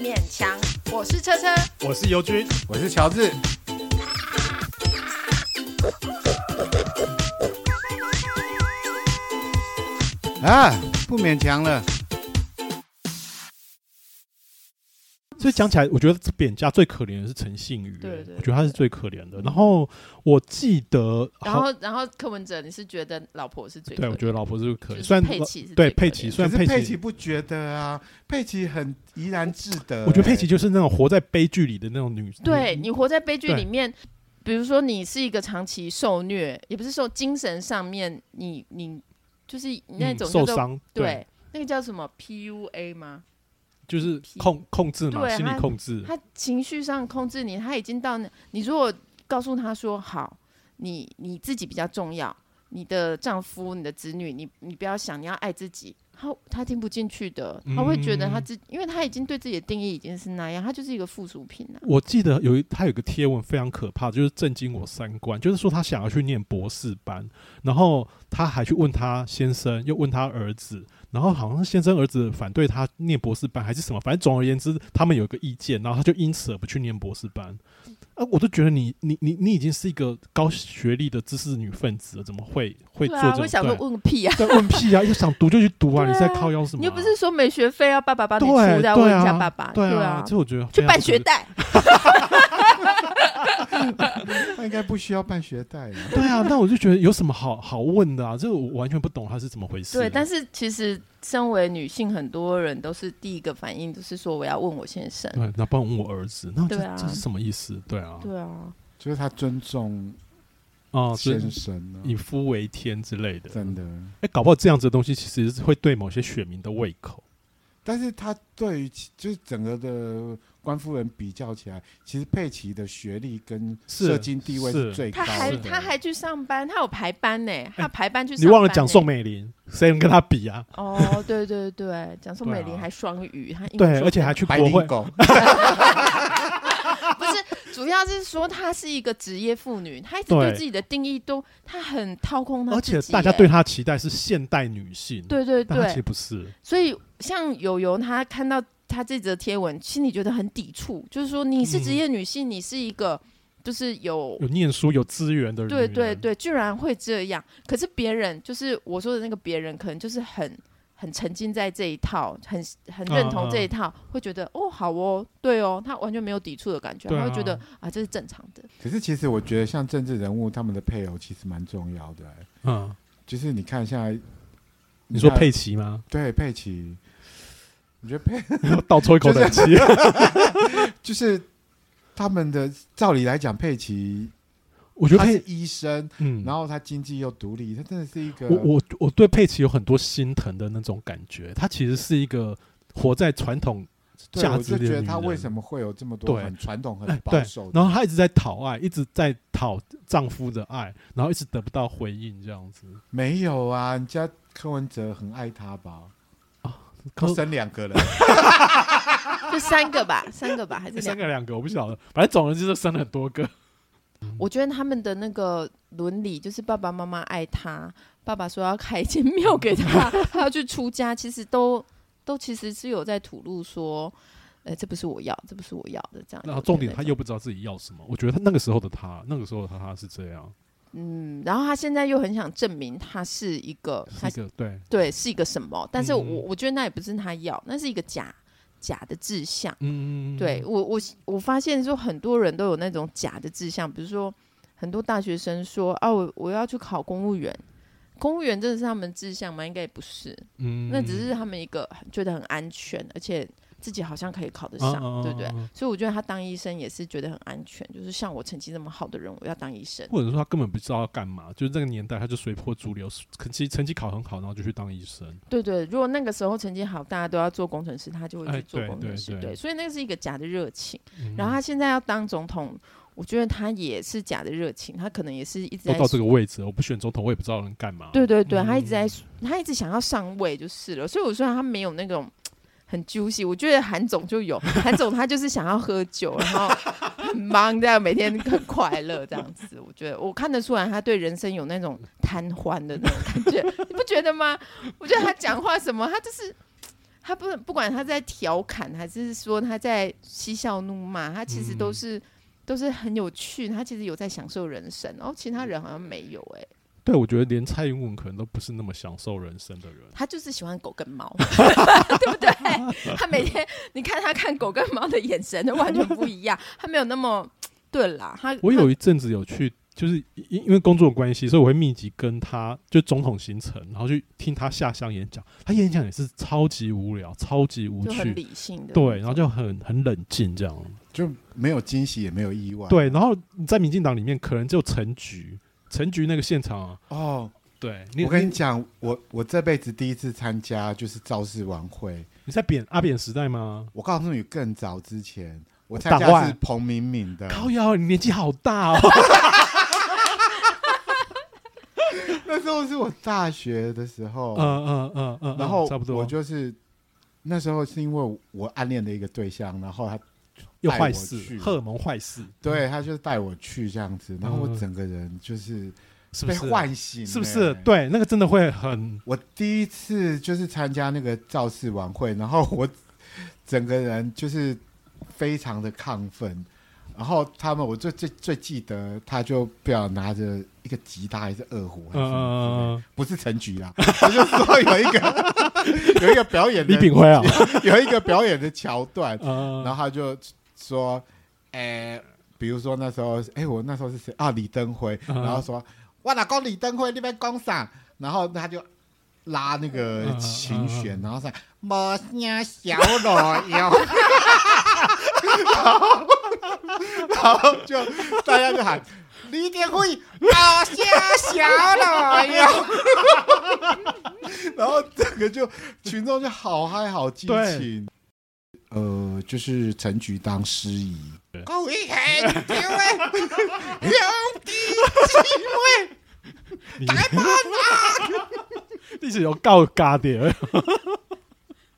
面墙。我是车车，我是尤军，我是乔治。啊，不勉强了。所以讲起来，我觉得扁家最可怜的是陈信宇，欸对对我觉得他是最可怜的。然后我记得，然好后然后柯文哲，你是觉得老婆是最对我觉得得老婆是可怜，就是虽然佩奇是最可对怜佩奇，的虽可然是佩奇奇，不觉得啊，佩奇很怡然自得、我觉得佩奇欸就是那种活在悲剧里的那种女，对女你活在悲剧对里面。比如说，你是一个长期受虐，也不是受精神上面，你你就是那嗯种叫受做、伤，对，对，那个叫什么 PUA 吗？就是控控制嘛，对心理他控制，他情绪上控制你，他已经到那，你如果告诉他说好，你你自己比较重要，你的丈夫、你的子女，你你不要想，你要爱自己。他他听不进去的，嗯他会觉得他自，因为他已经对自己的定义已经是那样，他就是一个附属品啊。我记得有一他有个贴文非常可怕，就是震惊我三观，就是说他想要去念博士班，然后他还去问他先生，又问他儿子，然后好像是先生儿子反对他念博士班还是什么，反正总而言之，他们有一个意见，然后他就因此而不去念博士班。啊，我都觉得你你你你已经是一个高学历的知识女分子了，怎么会会对做啊，我这种？想说对问个屁啊！在问屁啊！又想读就去读啊！对啊你在靠腰什么啊、你又不是说没学费要爸爸帮你出，对再问一下爸爸，对啊，这我觉得去非常办不学可贷。欸他应该不需要办学 贷了。对啊，那我就觉得有什么好好问的啊？这我完全不懂他是怎么回事。啊对，但是是其实身为女性，很多人都是第一个反应就是说我要问我先生。对，那不然问我儿子，那这、对啊这是什么意思？对啊，对啊，就是他尊重啊，所先以生、啊，以夫为天之类的。真的。哎，搞不好这样子的东西其实是会对某些选民的胃口。但是他对于其就是整个的官夫人比较起来，其实佩奇的学历跟是社经地位是是最高他的。还他还去上班，他有排班呢，他排班去上班哎欸你呢。忘了讲宋美龄，谁能跟他比啊？哦，对对对，讲宋美龄对啊还双语，他英文对，说而且还去白国领会，狗，不是，主要是说她是一个职业妇女，她一直对对自己的定义都，她很掏空她而自己耶，欸且大家对他期待是现代女性，，对对但他对其实，不是。所以像友友她看到她这则贴文，心里觉得很抵触，就是说你是职业女性，你是一个就是有嗯有念书、有资源的人，对对，对，居然会这样。可是别人就是我说的那个别人，可能就是很很沉浸在这一套，很很认同嗯这一套，会觉得哦好哦，对哦，他完全没有抵触的感觉，对啊他会觉得啊这是正常的。可是其实我觉得像政治人物他们的配偶其实蛮重要的、欸嗯，就是你看现在，你说看佩奇吗？ 对佩奇，我觉得佩 倒抽一口冷气，就是他们的照理来讲，佩奇我觉得他是佩，医生，嗯，然后他经济又独立，他真的是一个我我我对佩奇有很多心疼的那种感觉，她其实是一个活在传统对，价我值就里觉的得女他为人。什么会有这么多对很传统、很哎，保对守，的？然后她一直在讨爱，一直在讨丈夫的爱，然后一直得不到回应，这样子。没有啊，人家柯文哲很爱他吧？可都生两个人，就三个吧，三个吧，还是两三个？个两个，我不晓得，反正总而言之就生了很多 个。我觉得他们的那个伦理就是爸爸妈妈爱他，爸爸说要开一间庙给他，他要去出家，其实都都其实是有在吐露说。呃，这不是我要，这不是我要的，这样。然后重点有她那种又不知道自己要什么，我觉得她那个时候的她，那个时候的她她是这样，嗯，然后他现在又很想证明他是一个，是他一个对对是一个什么？但是我、嗯我觉得那也不是他要，那是一个假假的志向。嗯，对我我我发现说很多人都有那种假的志向，比如说很多大学生说啊，我我要去考公务员。公务员真的是他们志向吗？应该也不是，嗯那只是他们一个觉得很安全，而且自己好像可以考得上，啊对不对啊啊啊？所以我觉得他当医生也是觉得很安全，就是像我成绩那么好的人，我要当医生。或者说他根本不知道要干嘛，就是那个年代他就随波逐流，可其实成绩考很好，然后就去当医生。对对，如果那个时候成绩好，大家都要做工程师，他就会哎去做对工对程师。对所以那个是一个假的热情。嗯然后他现在要当总统，我觉得他也是假的热情，他可能也是一直都在到这个位置，我不选总统，我也不知道能干嘛。嗯对对对，他一直在他一直想要上位就是了。所以我说他没有那种。很 juicy，我觉得韩总就有，韩总他就是想要喝酒，然后很忙这样，每天很快乐这样子。我觉得我看得出来，他对人生有那种贪欢的那种感觉，你不觉得吗？我觉得他讲话什么，他就是他不不管他在调侃，还是说他在嬉笑怒骂，他其实都嗯是、都是很有趣，他其实有在享受人生，然后其他人好像没有、欸，对，我觉得连蔡英文可能都不是那么享受人生的人。他就是喜欢狗跟猫， 对不对？他每天你看他看狗跟猫的眼神都完全不一样，他没有那么对啦，他我有一阵子有去，就是因因为工作的关系，所以我会密集跟他就总统行程，然后去听他下乡演讲。他演讲也是超级无聊，超级无他就很趣，理性的，对，然后就很很冷静这样。就没有惊喜也没有意外。对，然后你在民进党里面可能就陈菊，陈菊那个现场、啊，哦，对你，我跟你讲，我我这辈子第一次参加就是造势晚会。你在扁阿扁时代吗？我告诉你，更早之前我参党加外是彭敏敏的，高瑶，你年纪好大哦。 那时候是我大学的时候，嗯嗯嗯嗯，哦然后差不多，我就是那时候是因为我暗恋的一个对象，然后他又带坏我事，去荷尔蒙坏事，对他就带我去这样子，然后我整个人就是嗯是不被欸是？唤醒、是不是？。对，那个真的会很我第一次就是参加那个造势晚会，然后我整个人就是非常的亢奋。然后他们，我最最最记得，他就不要拿着一个吉他还是二胡还是什么之类呃的，，不是陈菊 啦，我就说有一个有一个 表演的李炳辉 啊，有一个表演的桥段，呃，然后他就说，诶、比如说那时候，诶、我那时候是谁啊？李登辉，嗯然后说，我老公李登辉那边公上，然后他就拉那个嗯嗯琴嗯弦，然后说，莫声小老 妖。 然后，然后就大家就喊李登辉，莫声小老妖。 然后整个就群众就好嗨好激对情。呃，就是陈菊当司仪，对故意黑因 为有敌你一直有告嘎的，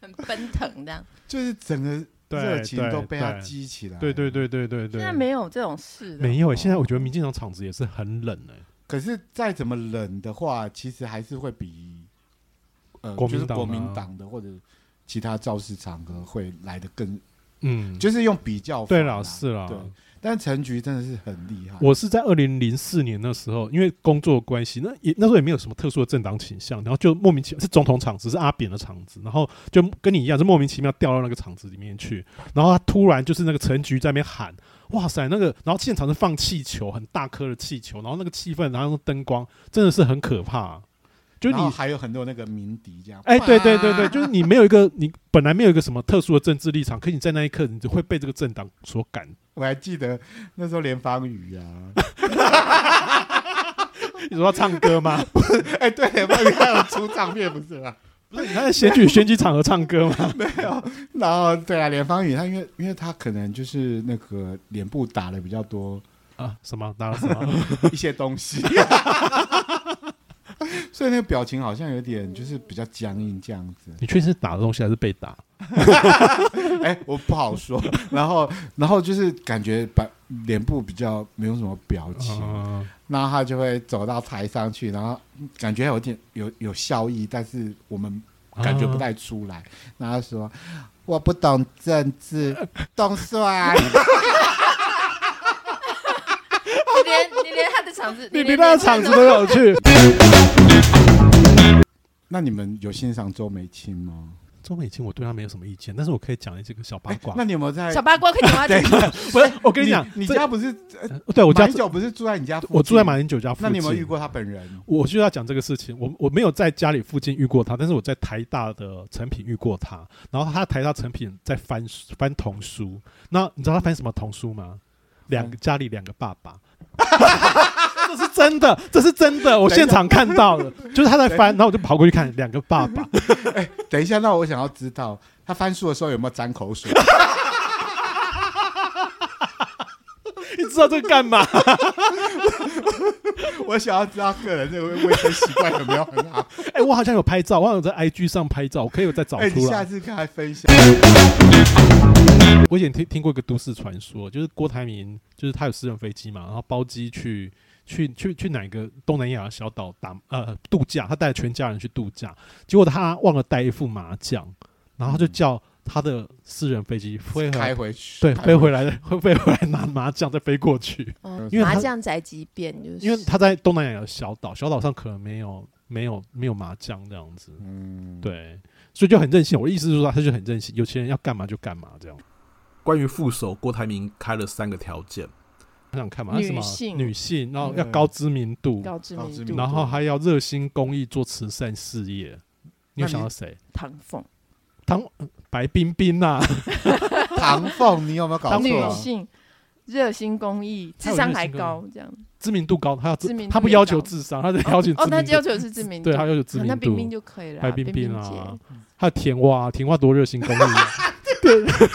很奔腾这样。就是整个对热情对都被他对激起来。对对。对对对现对，在没有这种事了，没有欸，现在我觉得民进党场子也是很冷哎，可是再怎么冷的话，其实还是会比呃，国就民是党啊国民吗党的或者其他造势场合会来的更，嗯，就是用比较法对啦啦，是啦对，但陈菊真的是很厉害。我是在二零零四年那时候，因为工作关系，那也那时候也没有什么特殊的政党倾向，然后就莫名其妙是总统场子，是阿扁的场子，然后就跟你一样，就莫名其妙掉到那个场子里面去，然后他突然就是那个陈菊在那边喊，哇塞，那个，然后现场是放气球，很大颗的气球，然后那个气氛，然后那个灯光真的是很可怕、就然后你还有很多那个鸣笛这样，哎，对对对啪对，就是你没有一个你本来没有一个什么特殊的政治立场，可你在那一刻你就会被这个政党所感。我还记得那时候连方宇啊， 你说要唱歌吗？哎，对，连方宇还有出唱片不是吗？ 不是你在选举选举场合唱歌吗？没有，然后对啊，连方宇他因为因为他可能就是那个脸部打了比较多啊，什么打了什 么？一些东西， 所以那个表情好像有点就是比较僵硬这样子。你确定是打的东西还是被打？哎，我不好说。然后然后就是感觉把脸部比较没有什么表情，嗯，然后他就会走到台上去，然后感觉有点有有笑意，但是我们感觉不太出来。然后他说：“我不懂政治，懂算。你连你连他的场子， 你连那个场子都有 去。”那你们有欣赏周梅青吗？周美青，我对她没有什么意见，但是我可以讲一些个小八哎卦。那你有没有 在小？八卦，快点 挖去。不是，我跟你讲，你这家不是对我我家马英九不是住在你家附近？我住在马英九家附近。那你有没有遇过他本人？我就要讲这个事情，我我没有在家里附近遇过他，但是我在台大的成品遇过他。然后他台大成品在翻书翻童书，那你知道他翻什么童书吗？两个家里两个爸爸， 这是真的，这是真的，我现场看到的，就是他在翻，然后我就跑过去看两个爸爸，等一下，那我想要知道他翻书的时候有没有沾口 水？ 你知道这个干嘛？我想要知道个人这个卫生习惯有没 有很好。 哎、我好像有拍照，我好像有在 IG 上拍照，我可以再找哎，你出下来。次跟他分享。我以前听听过一个都市传说，就是郭台铭，就是他有私人飞机嘛，然后包机去去去去哪个东南亚小岛打呃度假，他带全家人去度假，结果他忘了带一副麻将，然后他就叫他的私人飞机飞回嗯开来，回去，对，开飞回来，会飞回来拿麻将再飞过去，哦因为他麻将宅急便就是，因为他在东南亚有小岛，小岛上可能没有没有没有麻将这样子，嗯，对，所以就很任性。我的意思是说，他就很任性，有钱人要干嘛就干嘛这样。关于副手，郭台铭开了三个条件，他想看嘛，他什么女性女性，然后嗯要高知名度，高知高名知名度度，然后还要热心公益，做慈善事业。你有那你想到谁？唐凤，唐白冰冰啊呐、 唐凤，你有没有搞当女错？性，热心公益，她智有商热还心公益高，这样。 知名度高，他要自知名度他不也要求高智商，他在要求知哦，他名度，要求是知名度，对，他要求知啊名那度。冰冰就可以了，白冰冰冰姐啊，还有甜蛙，甜蛙多热心公 益啊，对，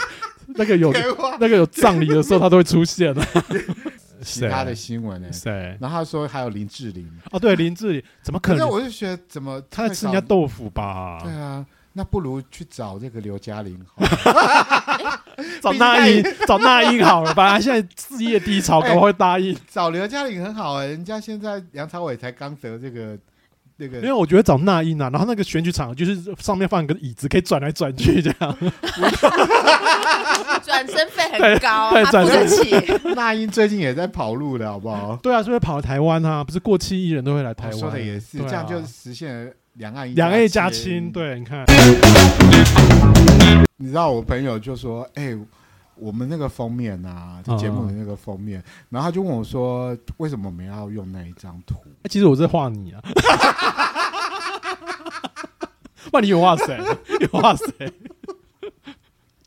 那个有给我那个有葬礼的时候，他都会出现的。 其他的新闻呢？谁？然后他说还有林志玲，哦，对，林志玲怎么可可是能？我就觉得怎么他在吃人家豆腐吧？对啊，那不如去找这个刘嘉玲好了。 找比那那 英，找那英好了吧？他 现在事业低潮，哎赶快会答应。找刘嘉玲很好哎、人家现在梁朝伟才刚得这个那个因为我觉得找那英啊，然后那个选举场就是上面放一个椅子，可以转来转去这 样。转身费对很高，啊对他转付得身起。 那英最近也在跑路了，好不好？对啊，是不是跑来台湾啊？不是过气艺人都会来台我湾？说的也是，对啊这样就实现了两岸一两 A 家加亲。，对，你看，哎你知道我朋友就说：“哎、我们那个封面啊，嗯节目的那个封面。然后他就问我说：“为什么我们要用那一张图欸其实我在画你啊。 那你有画谁？有画谁？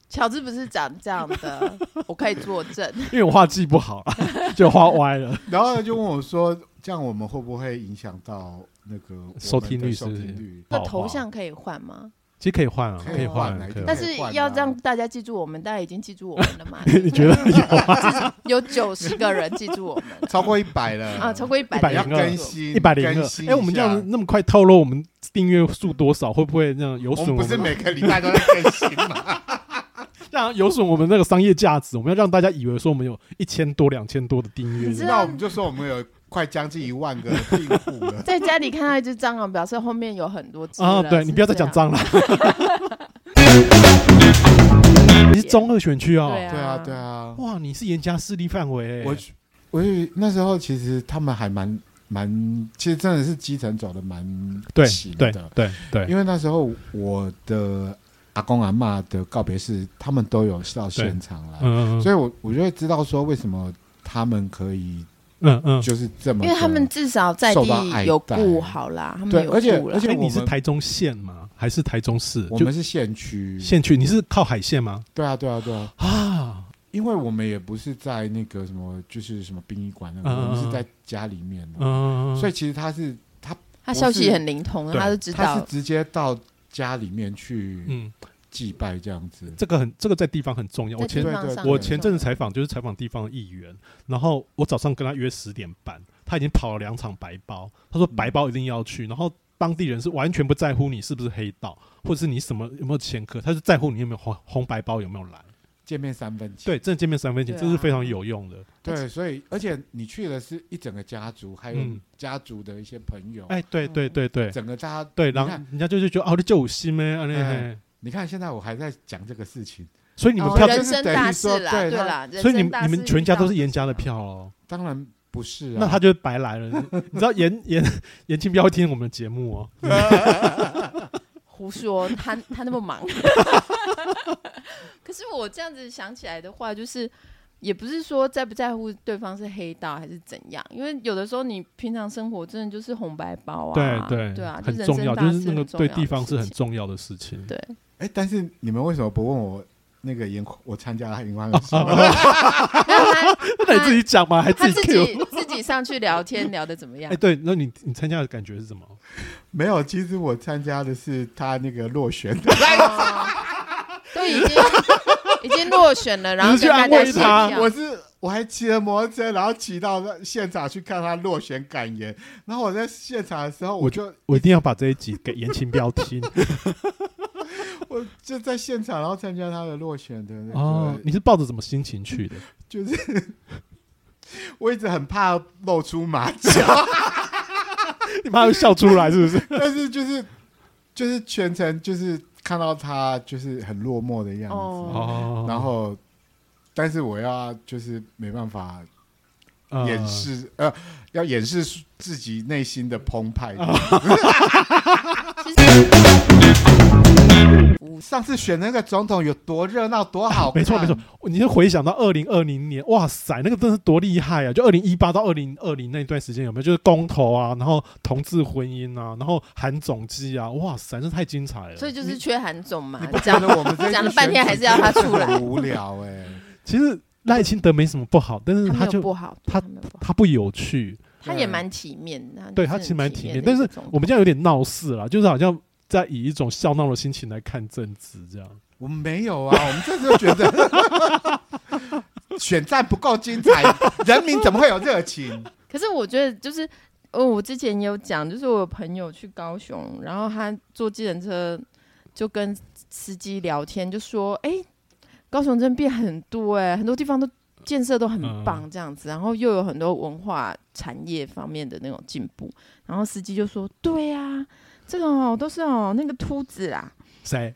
乔治不是长这样的，我可以作证。因为我画技不好、啊，就画歪了。？” 然后他就问我说：“这样我们会不会影响到那个我们的收听率是收不是听率好那吧头像可以换吗？其实可以换啊，可以可以换换啊，可以但换是换啊要让大家记住我们，大家已经记住我们了嘛？ 你觉得有九十个人记住我们超过一百了啊，超过一百102要人更记住新一百零更二新？一哎，我们这下样那么快透露我们订阅数多少，会不会那样有我损们我不是们？每个礼拜都在更新 吗？让有损我们那个商业价值？我们要让大家以为说我们有一千多、两千多的订你知道。阅。那我们就说我们有快将近一万个订户了在家里看到一只蟑螂，表示后面有很多只 了啊，对你不要再讲。是 脏了。你是中二选区哦， 对对啊，对啊，哇，你是严家势力范围欸。我我以为那时候其实他们还蛮蛮，其实真的是基层走的蛮对勤对的，对对因为那时候我的阿公阿妈的告别式，他们都有到现场来，嗯，嗯嗯所以我我就会知道说为什么他们可以嗯嗯，就是这么这样的，因为他们至少在受到爱地有戴顾好啦，他们对有而且顾啦而且哎，我你是们台中县吗？还是台中市？我就们是县区，县区，你是靠海线吗？对啊对啊对啊，啊，因为我们也不是在那个什么，就是什么殡仪馆那个，嗯我们嗯是在家里面的，嗯，所以其实他是他他消息我是很灵通，对他都知他是道。直接到家里面去嗯，祭拜这样子。这个很这个在地方很重要。我在前地方对对上我很前重阵子要采访就是采访地方的议员，然后我早上跟他约十点半，他已经跑了两场白包，他说嗯白包一定要去，然后当地人是完全不在乎你是不是黑道，或者是你什么有没有前科，他是在乎你有没有红红白包有没有来。见面三分情，对，真的见面三分钱，对啊这是非常有用的。对，所以而且你去的是一整个家族，还有嗯家族的一些朋友，哎，对对对对整个大家对，你然后看，人家就是觉得哦，你就有心呗，啊哎那你看现在我还在讲这个事情，所以你们哦票就人是生等于大事说啦，对他啦，人所以你生大们你事啊们全家都是严家的遇到票哦，当然不是啊，那他就白来了。你你知道严严严清标会听我们的节目哦，胡说，他他那么忙。 可是我这样子想起来的话，就是也不是说在不在乎对方是黑道还是怎样，因为有的时候你平常生活真的就是红白包啊，对对对啊，很人重生要，大就是事那个很重对要地的方事是很 情重要的事情。对。哎，但是你们为什么不问我那个烟我参加了烟花的事？ 那那你自己讲嘛，还他他己自 Q？己自己上去聊天聊的怎么样哎，？对，那你你参加的感觉是什么？没有，其实我参加的是他那个落选的，哦都已经已经落选了，然后你是去跟大安家慰协他调 我。是我还骑了摩托车，然后骑到那现场去看他落选感言。然后我在现场的时候，我就我一定要把这一集给言情标 听我就在现场，然后参加他的落选的那个，哦。你是抱着什么心情去 的？就是我一直很怕露出马脚， 你妈会笑出来是不是？但是就是就是全程就是看到他就是很落寞的样 子，哦哦， 然后，但是我要就是没办法呃掩饰，呃，要掩饰自己内心的澎湃。啊服务上次选那个总统有多热闹，多好、没错没错，，你就回想到二零二零年，哇塞，那个真是多厉害啊！就二零一八到二零二零那段时间，有没有就是公投啊，然后同志婚姻啊，然后韩总机啊，哇塞，这太精彩了。所以就是缺韩总嘛，讲讲的我们这一次讲了半天选举还是要他出来真的很无聊哎、其实赖清德没什么不好，但是他他没有就不好，他没有不好，他不有趣，他也蛮体面的，对就是他其实蛮很体体面，的但一是个总我们这样有点闹事啦，就是好像在以一种笑闹的心情来看政治这样。我们没有啊，我们这次就觉得选战不够精 彩，人民怎么会有热情？可是我觉得就是，哦，我之前也有讲，就是我有朋友去高雄，然后他坐计程车就跟司机聊天，就说：“哎、高雄真的变很多哎、很多地方都建设都很棒这样子，然后又有很多文化产业方面的那种进步。”然后司机就说：“对啊，这个哦都是哦那个秃子啊。”谁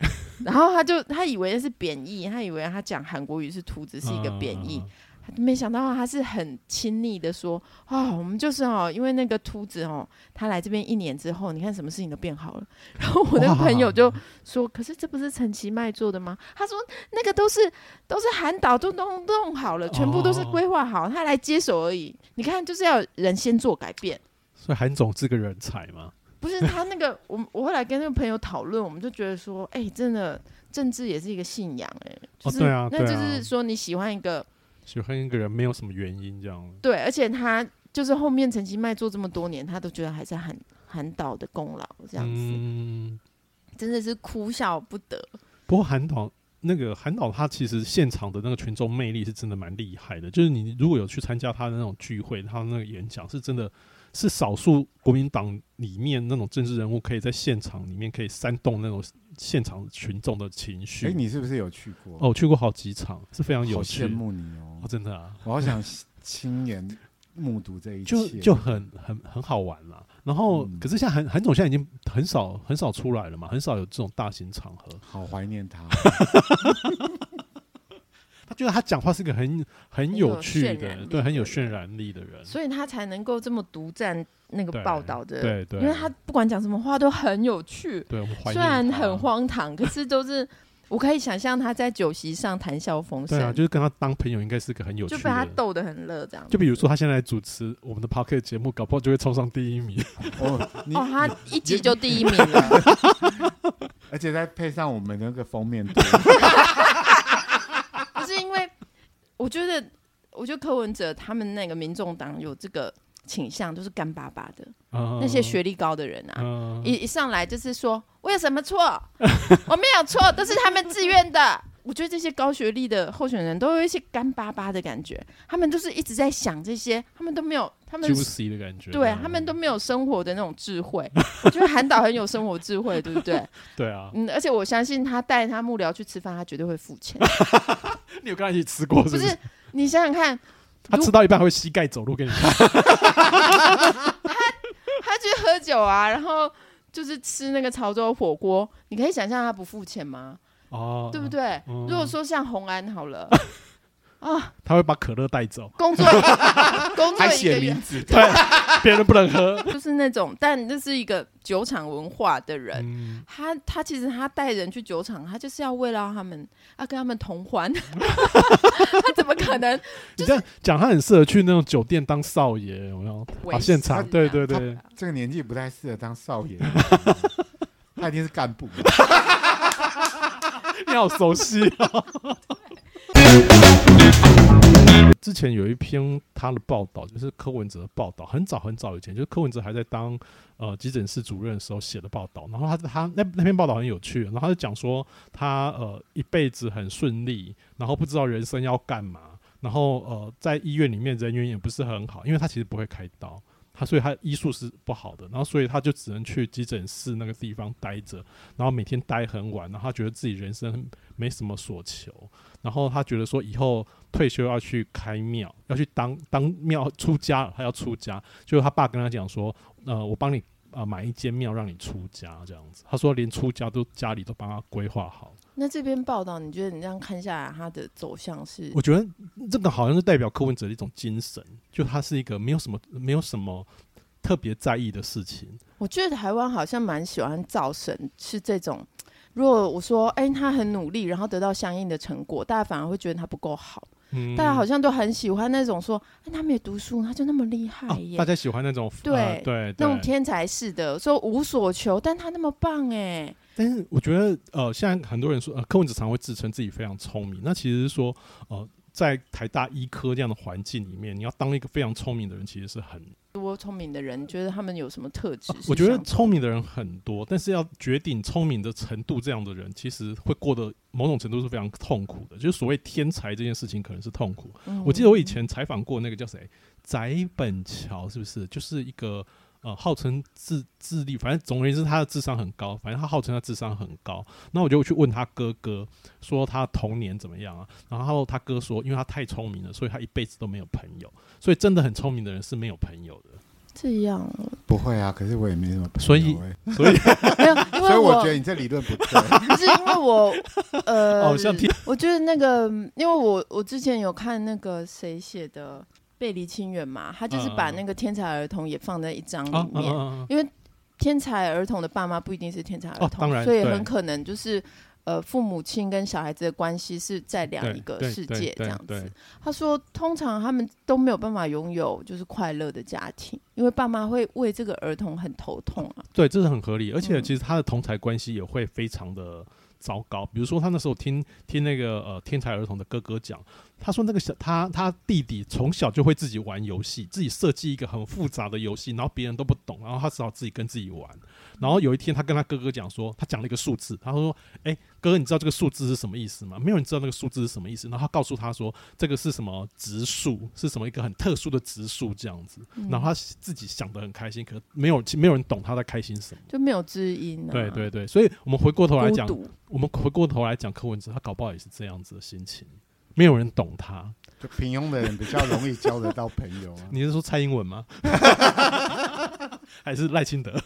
然后他就他以为是贬义，他以为他讲韩国语是秃子是一个贬 义，啊嗯没想到啊他是很亲昵的说啊、我们就是哦，因为那个秃子哦，他来这边一年之后，你看什么事情都变好了。 然后我那个朋友就说，可是这不是陈其迈做的吗？他说那个都是都是韩导都弄弄好了，全部都是规划好，他来接手而已。你看，就是要人先做改变。所以韩总是个人才嘛？不是他那个，我我后来跟那个朋友讨论，我们就觉得说，哎、真的政治也是一个信仰、哎，就是、哦对啊那对就啊是说你喜欢一个喜欢一个人没有什么原因这样。对，而且他就是后面陈其迈做这么多年，他都觉得还是韩韩导的功劳，这样子、嗯，真的是哭笑不得。不过韩导那个韩导他其实现场的那个群众魅力是真的蛮厉害的，就是你如果有去参加他的那种聚会，他那个演讲是真的是少数国民党里面那种政治人物可以在现场里面可以煽动那种现场群众的情绪。哎、你是不是有去过？哦，我去过好几场，是非常有好趣。羡慕你哦哦，，真的啊，我好想亲眼目睹这一切，就就很很很好玩啦。然后，嗯可是像韩韩总现在已经很少很少出来了嘛，很少有这种大型场合。好怀念他。他觉得他讲话是个很很有趣很有渲染的，力对，很有对渲染力的人。所以他才能够这么独占那个对报道的，对对，因为他不管讲什么话都很有趣，对我们怀虽念然他很，荒唐，可是都是 我可以想象他在酒席上谈笑风生，对啊，就是跟他当朋友应该是个很有趣就的被他人。逗得很乐这样子。就比如说他现在主持我们的 p o c k e t 节目，搞不好就会冲上第一名。哦，你哦，他一集就第一名了。 而且再配上我们那个封面图，不是因为我觉得，我觉得柯文哲他们那个民众党有这个倾向，都是干巴巴的、那嗯那些学历高的人啊，嗯，一一上来就是说我有什么错？ 我没有错，都是他们自愿的。我觉得这些高学历的候选人都有一些干巴巴的感觉，他们都是一直在想这些，他们都没有，他们 juicy 的感觉。嗯啊对他们都没有生活的那种智慧。我觉得韩导很有生活智慧，对不对？对啊，嗯，而且我相信他带他幕僚去吃饭，他绝对会付钱。你有跟他一起吃过不是不是？你想想看，他如吃到一半还会膝盖走路给你看。他去喝酒啊，然后就是吃那个潮州火锅，你可以想象他不付钱吗？哦，对不？对？嗯如果说像红安好了，啊，他会把可乐带走，工作工作还一个写月名字，对， 别人不能喝。就是那种，但这是一个酒厂文化的人。嗯，他他其实他带人去酒厂，他就是要为了他们，要跟他们同欢。他怎么可能 你这样讲，他很适合去那种酒店当少爷，有没有？为啊，现师场，啊对对对，这个年纪不太适合当少爷，他一定是干部。 你好熟悉哦。 之前有一篇他的报道，就是柯文哲的报道，很早很早以前，就是柯文哲还在当呃急诊室主任的时候写的报道。然后他他那那篇报道很有趣，然后他就讲说他呃一辈子很顺利，然后不知道人生要干嘛，然后呃在医院里面人缘也不是很好，因为他其实不会开刀，他所以他医术是不好的，然后所以他就只能去急诊室那个地方待着，然后每天待很晚，然后他觉得自己人生没什么所求，然后他觉得说以后退休要去开庙， 要去当当庙出家，他要出家。就是他爸跟他讲说，呃，我帮你。啊、买一间庙让你出家这样子。他说连出家都家里都帮他规划好。那这篇报道，你觉得你这样看下来，它的走向是我觉得这个好像是代表柯文哲的一种精神，就他是一个没有 什么没有什么特别在意的事情。我觉得台湾好像蛮喜欢造神，是这种。如果我说，哎、他很努力，然后得到相应的成果，大家反而会觉得他不够好。嗯，大家好像都很喜欢那种说，哎、他没读书，他就那么厉害哦耶，大家喜欢那种对呃对那种对天才式的，说无所求，但他那么棒哎，但是我觉得，呃，现在很多人说，呃，柯文哲常会自称自己非常聪明，那其实是说，呃，在台大医科这样的环境里面，你要当一个非常聪明的人，其实是很，呃多聪明的人，觉得他们有什么特质、哦我觉得聪明的人很多，但是要决定聪明的程度，这样的人其实会过得某种程度是非常痛苦的，就是所谓天才这件事情可能是痛苦。嗯我记得我以前采访过那个叫谁，翟本桥是不是？就是一个呃，号称智智力，反正总而言之，他的智商很高，反正他号称他智商很高。那我就去问他哥哥，说他童年怎么样啊？然后他哥说，因为他太聪明了，所以他一辈子都没有朋友。所以真的很聪明的人是没有朋友的。这样哦，不会啊，可是我也没什么朋友欸、所以所以没有，因 所以为我觉得你这理论不对。不是因为 我，呃，哦像听我觉得那个，因为我我之前有看那个谁写的《背离亲缘》嘛，他就是把嗯嗯嗯那个天才儿童也放在一章啊里啊面。啊啊！因为天才儿童的爸妈不一定是天才儿哦童，当然所以对很可能就是呃父母亲跟小孩子的关系是在两一个对世对界这对样对子。他说，通常他们都没有办法拥有就是快乐的家庭，因为爸妈会为这个儿童很头痛啊。对，这是很合理，而且嗯其实他的同台关系也会非常的糟糕。比如说，他那时候听听那个呃天才儿童的哥哥讲，他说那个小他他弟弟从小就会自己玩游戏，自己设计一个很复杂的游戏，然后别人都不懂，然后他只好自己跟自己玩。然后有一天，他跟他哥哥讲说，他讲了一个数字，他说：“哎、哥哥，你知道这个数字是什么意思吗？”没有人知道那个数字是什么意思。然后他告诉他说，这个是什么植数，是什么一个很特殊的植嗯数这样子。然后他自己想得很开心，可没有没有人懂他在开心什么。就没有知音、啊，对，对对，所以我们回过头来孤讲，独。我们回过头来讲柯文哲，他搞不好也是这样子的心情，没有人懂他。 就平庸的人比较容易交得到朋友啊。 你是说蔡英文吗？还是赖清德？嗯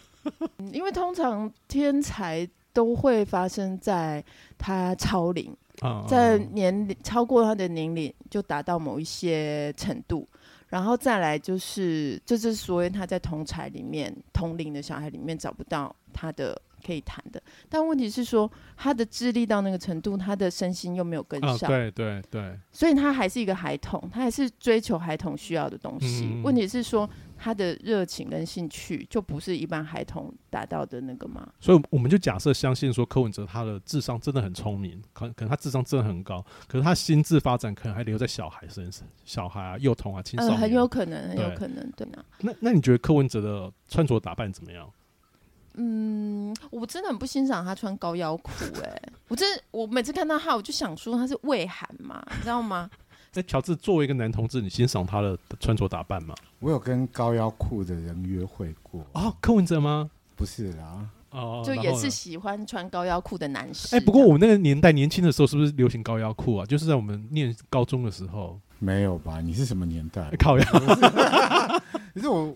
因为通常天才都会发生在他超龄，啊、在年龄超过他的年龄就达到某一些程度，然后再来就是，这就是所谓他在同才里面同龄的小孩里面找不到他的可以谈的。但问题是说，他的智力到那个程度，他的身心又没有跟啊，上，对对对，所以他还是一个孩童，他还是追求孩童需要的东西。嗯问题是说，他的热情跟兴趣就不是一般孩童达到的那个吗？所以我们就假设相信说柯文哲他的智商真的很聪明，可可能他智商真的很高，可是他心智发展可能还留在小孩身上，小孩啊、幼童啊、青嗯，少年。很有可能，很有对可能，对啊呢。那那你觉得柯文哲的穿着打扮怎么样？嗯，我真的很不欣赏他穿高腰裤、哎，我真的我每次看到他，我就想说他是胃寒嘛，你知道吗？那哎乔治作为一个男同志，你欣赏他的穿着打扮吗？我有跟高腰裤的人约会过，哦，柯文哲吗？不是啦，哦，就然也后是呢喜欢穿高腰裤的男士。哎、不过我们那个年代年轻的时候，是不是流行高腰裤啊？就是在我们念高中的时候，没有吧？你是什么年代？ 高腰可是我我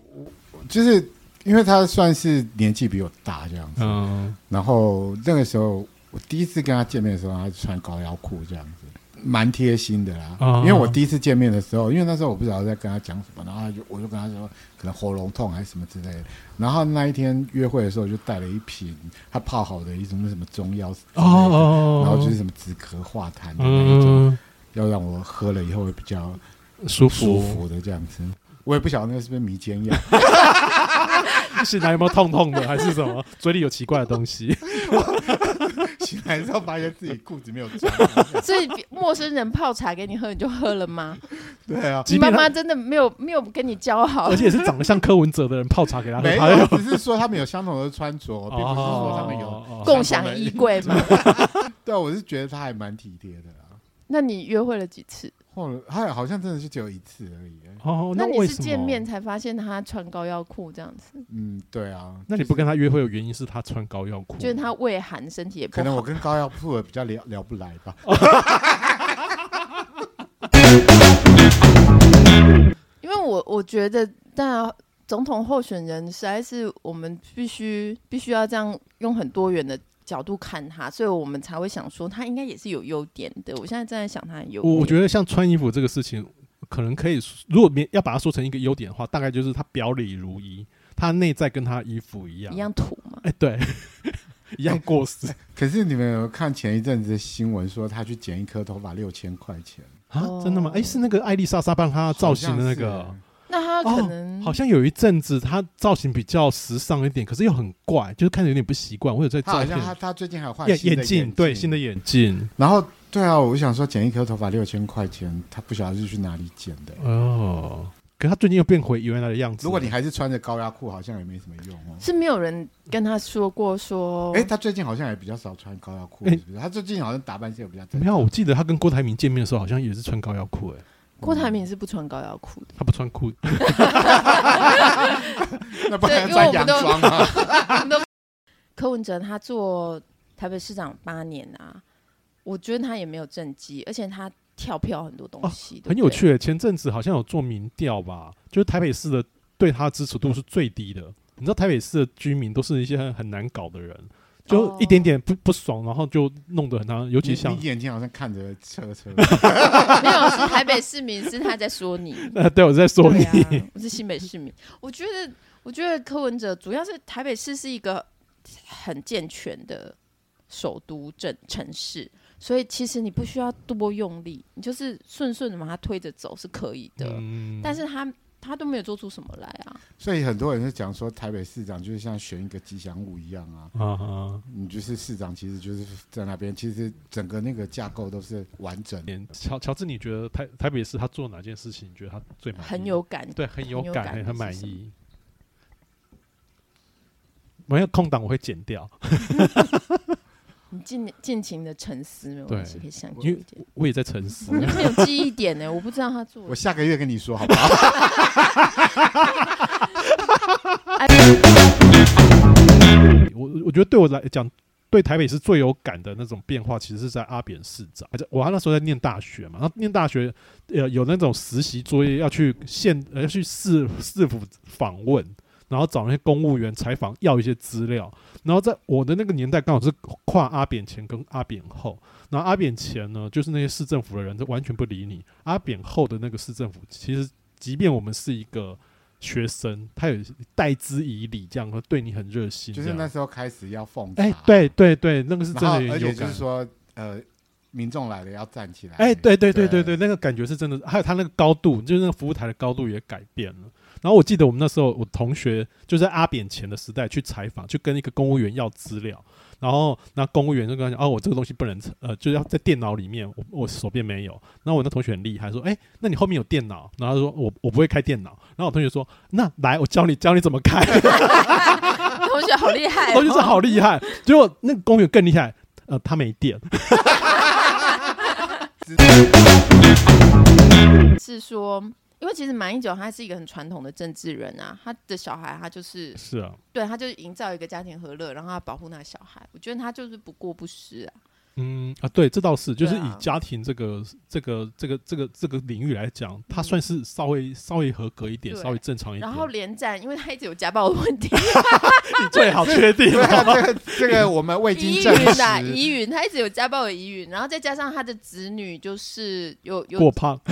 我就是因为他算是年纪比我大这样子，嗯，然后那个时候我第一次跟他见面的时候，他穿高腰裤这样子，蛮贴心的啦。哦因为我第一次见面的时候，因为那时候我不知道在跟他讲什么，然后他就我就跟他说可能喉咙痛还是什么之类的。然后那一天约会的时候，我就带了一瓶他泡好的一种什么中药之类的哦哦，哦，然后就是什么止咳化痰的那一种，嗯，要让我喝了以后会比较舒舒服，服的这样哦子。我也不晓得那个是不是迷奸药，醒来有没有痛痛的，还是什 么？嘴里有奇怪的东西？ 醒来之后发现自己裤子没有穿。啊 所以陌生人泡茶给你喝，你就喝了吗？对啊，你即妈便他妈真的没有没有跟你交好而，且是长得像柯文哲的人泡茶给 他喝，哎没他有，只是说他们有相同的穿着，并不是说他们有。哦共享衣柜嘛？对啊，我是觉得他还蛮体贴的啦。那你约会了几次？后来他好像真的是只有一次而已。欸哦，那你为是什么见面？才发现他穿高腰裤这样子，嗯，对啊，那你不跟他约会的原因是他穿高腰裤？觉得他胃寒，身体也不可能我好。跟高腰铺的比较聊聊不来吧。哦因为我我觉得，当然总统候选人实在是我们必须必须要这样用很多元的角度看他，所以我们才会想说他应该也是有优点的。我现在正在想他的优我点，我觉得得像穿衣服这个事情，可能可以说，如果没要把它说成一个优点的话，大概就是他表里如一，他内在跟他衣服一样，一样土嘛。哎、对， 一样过时 可是你们有没有看前一阵子的新闻说他去剪一颗头发六千块钱，啊哦？真的吗？哎、是那个艾丽莎莎帮他啊造型的那个好像哦，是那他可能、好像有一阵子他造型比较时尚一点，可是又很怪，就是看着有点不习惯。我有在他照好片像，他他最近还换眼新的镜，对，新的。眼镜。然后对啊，我想说剪一颗头发六千块钱，他不晓得是去哪里剪的。哦，可他最近又变回原来的样子了。如果你还是穿着高压裤，好像也没什么用哦。是没有人跟他说过说，哎，他最近好像也比较少穿高腰裤，哎是不是？他最近好像打扮起来比较正没有，我记得他跟郭台铭见面的时候，好像也是穿高腰裤，哎，郭台铭是不穿高腰裤的，他不穿裤，那不对然因为穿我洋们都装吗？柯文哲他做台北市长八年啊，我觉得他也没有政绩，而且他跳票很多东西，对不哦很有对。趣。前阵子好像有做民调吧，就是台北市的对他支持度是最低的。你知道台北市的居民都是一些很很难搞的人，哦就一点点不不爽，然后就弄得很难。尤你其像嗯 你眼睛好像看着车车，没有是台北市民，是他在说 你。呃， 对我在说对你，啊，我是新北市民。我觉得，我觉得柯文哲主要是台北市是一个很健全的首都镇城市，所以其实你不需要多用力，你就是顺顺的把它推着走是可以的。嗯啊但是他他都没有做出什么来啊，所以很多人就讲说台北市长就是像选一个吉祥物一样啊。啊哈，你就是市长，其实就是在那边，其实整个那个架构都是完整的。连乔乔治，你觉得台台北市他做哪件事情，你觉得他最满意？很有感。对，很有很有感，感很的很是满什么意。没有空档我会剪掉，你尽尽情的沉思没有关系，对可以想久因一为点。我也在沉思。你很有记忆点呢、欸我不知道他做我了。下个月跟你说好不好？哎我我觉得对我来讲，对台北市最有感的那种变化，其实是在阿扁市长。还在我那时候在念大学嘛，然后念大学呃有那种实习作业要去县呃要去市市府访问，然后找那些公务员采访要一些资料。然后在我的那个年代，刚好是跨阿扁前跟阿扁后。然后阿扁前呢，就是那些市政府的人都完全不理你；阿扁后的那个市政府，其实即便我们是一个。学生，他有待之以礼，这样和对你很热心，这就是样那时候开始要奉茶，哎、对对对，那个是真啊然后的有而且有就是感。说，呃，民众来了要站起来，哎、对对对对对对，那个感觉是真的。还有他那个高度，就是那个服务台的高度也改变了。然后我记得我们那时候，我同学就在阿扁前的时代去采访，去跟一个公务员要资料，然后那公务员就跟他讲：“哦，我这个东西不能，呃，就是要在电脑里面，我我手边没有。”然后我那同学很厉害，说：“哎、那你后面有电脑？”然后他说：“我我不会开电脑。”然后我同学说：“那来，我教你教你怎么开。” 同学好厉害、哦，同学说好厉害，结果那个公务员更厉害，呃，他没电。 是说，因为其实马英九他是一个很传统的政治人啊，他的小孩他就是是啊，对，他就营造一个家庭和乐，然后他保护那小孩。我觉得他就是不过不失啊。嗯啊，对，这倒是，就是对以啊家庭这个、这个这个这个这个领域来讲，它算是稍微稍微合格一点，嗯对稍微正常一点。然后连战，因为他一直有家暴的问题，你最好确定对啊，这个这个我们未疑经证云实，啊，疑云，他一直有家暴的疑云，然后再加上他的子女就是有有过胖，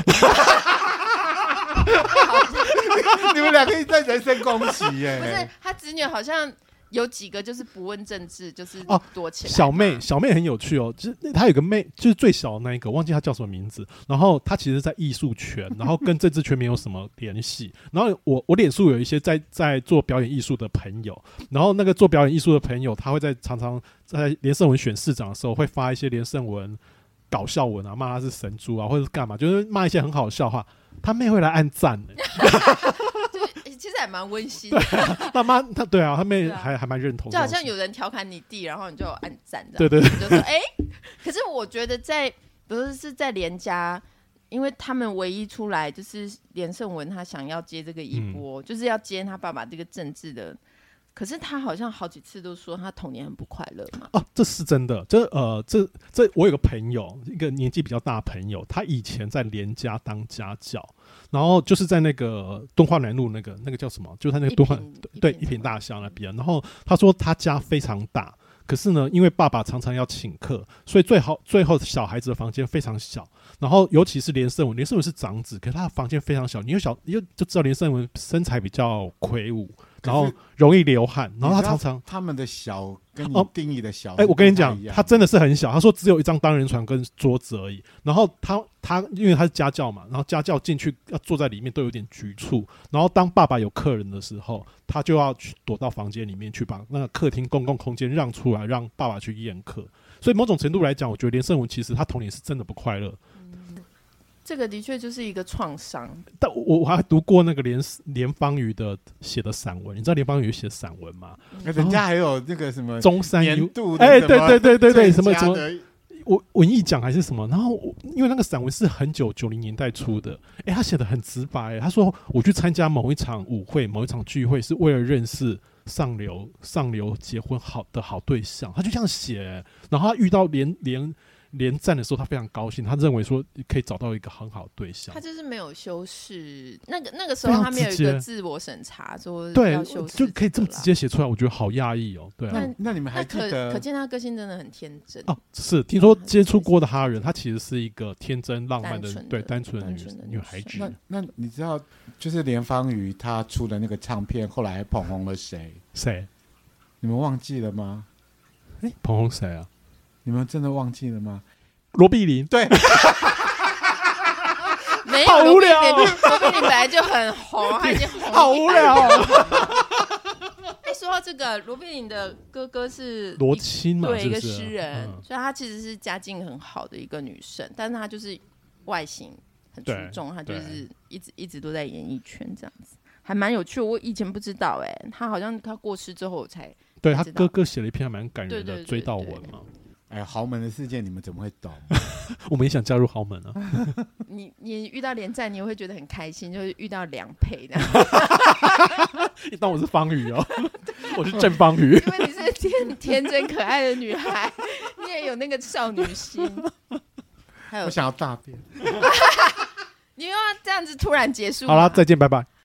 你们两个一直在人身攻击耶、 不哎是他子女好像有几个就是不问政治，就是哦躲起来嘛。小妹小妹很有趣哦，就是那她有个妹，就是最小的那一个，忘记她叫什么名字。然后她其实，在艺 术圈，然后跟政治圈没有什么联系。然后我我脸书有一些在在做表演艺术的朋友，然后那个做表演艺术的朋友，他会在常常在连胜文选市长的时候，会发一些连胜文搞笑文啊，骂他是神猪啊，或者是干嘛，就是骂一些很好笑话。他妹会来按赞欸呢、 就是其实还蛮温馨的，他妈他对啊，他妹对啊还、还蛮认同这就种好事，像有人调侃你弟，然后你就按赞这样。对对对就说哎、可是我觉得在不是是在连家，因为他们唯一出来嗯就是连胜文他想要接这个一波，就是要接他爸爸这个政治的可是他好像好几次都说他童年很不快乐嘛。哦，这是真的。这呃，这这，我有个朋友，一个年纪比较大的朋友，他以前在连家当家教，然后就是在那个敦化南路那个那个叫什么，就是他那个一敦化瓶对一一瓶品大厦那边。然后他说他家非常大，可是呢，因为爸爸常常要请客，所以最好最后小孩子的房间非常小。然后尤其是连胜文，连胜文是长子，可是他的房间非常小。你又小又就知道连胜文身材比较魁梧，可然是后容易流汗，然后他你知常道常。他们的小跟你哦定义的小，哎、我跟你讲，他真的的是很小。他说只有一张单人床跟桌子而已。然后他他因为他是家教嘛，然后家教进去要坐在里面都有点局促。然后当爸爸有客人的时候，他就要去躲到房间里面去，把那个客厅公共空间让出来，让爸爸去宴客。所以某种程度来讲，我觉得连胜文其实他童年是真的不快乐。这个的确就是一个创伤，但我我还读过那个连连方宇的写的散文，你知道连方宇写散文吗？人家还有那个什么中山年优度的哎，什对么对对对对，最什么佳什么的文文艺奖还是什么，然后我因为那个散文是很久九零年代出的，诶，他写的很直白，他说我去参加某一场舞会、某一场聚会是为了认识上流上流结婚好的好对象，他就这样写，然后他遇到连连连战的时候，他非常高兴，他认为说可以找到一个很好的对象他，就是没有修饰。那个那个时候非常他没有一直接个自我审查，说对要，修饰就可以这么个啦直接。写出来，我觉得好讶异哦，对啊。那那你们那还记可得可见他个性真的很天真，哦，是听说接触过的哈人，她其实是一个天真浪漫单的，纯的对单纯的单女纯的女女孩生子。那那你知道，就是连方瑜他出的那个唱片，后来捧红了谁？谁？你们忘记了吗？哎，彭红谁啊？你们真的忘记了吗？罗碧玲， 对，没有好罗无宾聊罗宾罗宾你本来就很红，他已经红了 好一无百聊哦。哎，说到这个，罗宾颖的哥哥是罗一青嘛，对是一不个是诗人，嗯所以她其实是家境很好的一个女生，但是她就是外形很出对众，她就对是一直一直都在演艺圈这样子，还蛮有趣。我以前不知道哎、她好像她过世之后我才对他知道哥哥写了一篇还蛮感人对的对《对追悼对文对》嘛，哎，豪门的世界你们怎么会 懂？我们也想加入豪门啊。你你遇到连战，你也会觉得很开心，就是遇到良配的， 你当我是方 宇哦，我是正方宇。因为你 是天天真可爱的女孩，你也有那个少女心。还有我，想要大便。你又要这样子突然结束吗？好啦，再见，拜拜。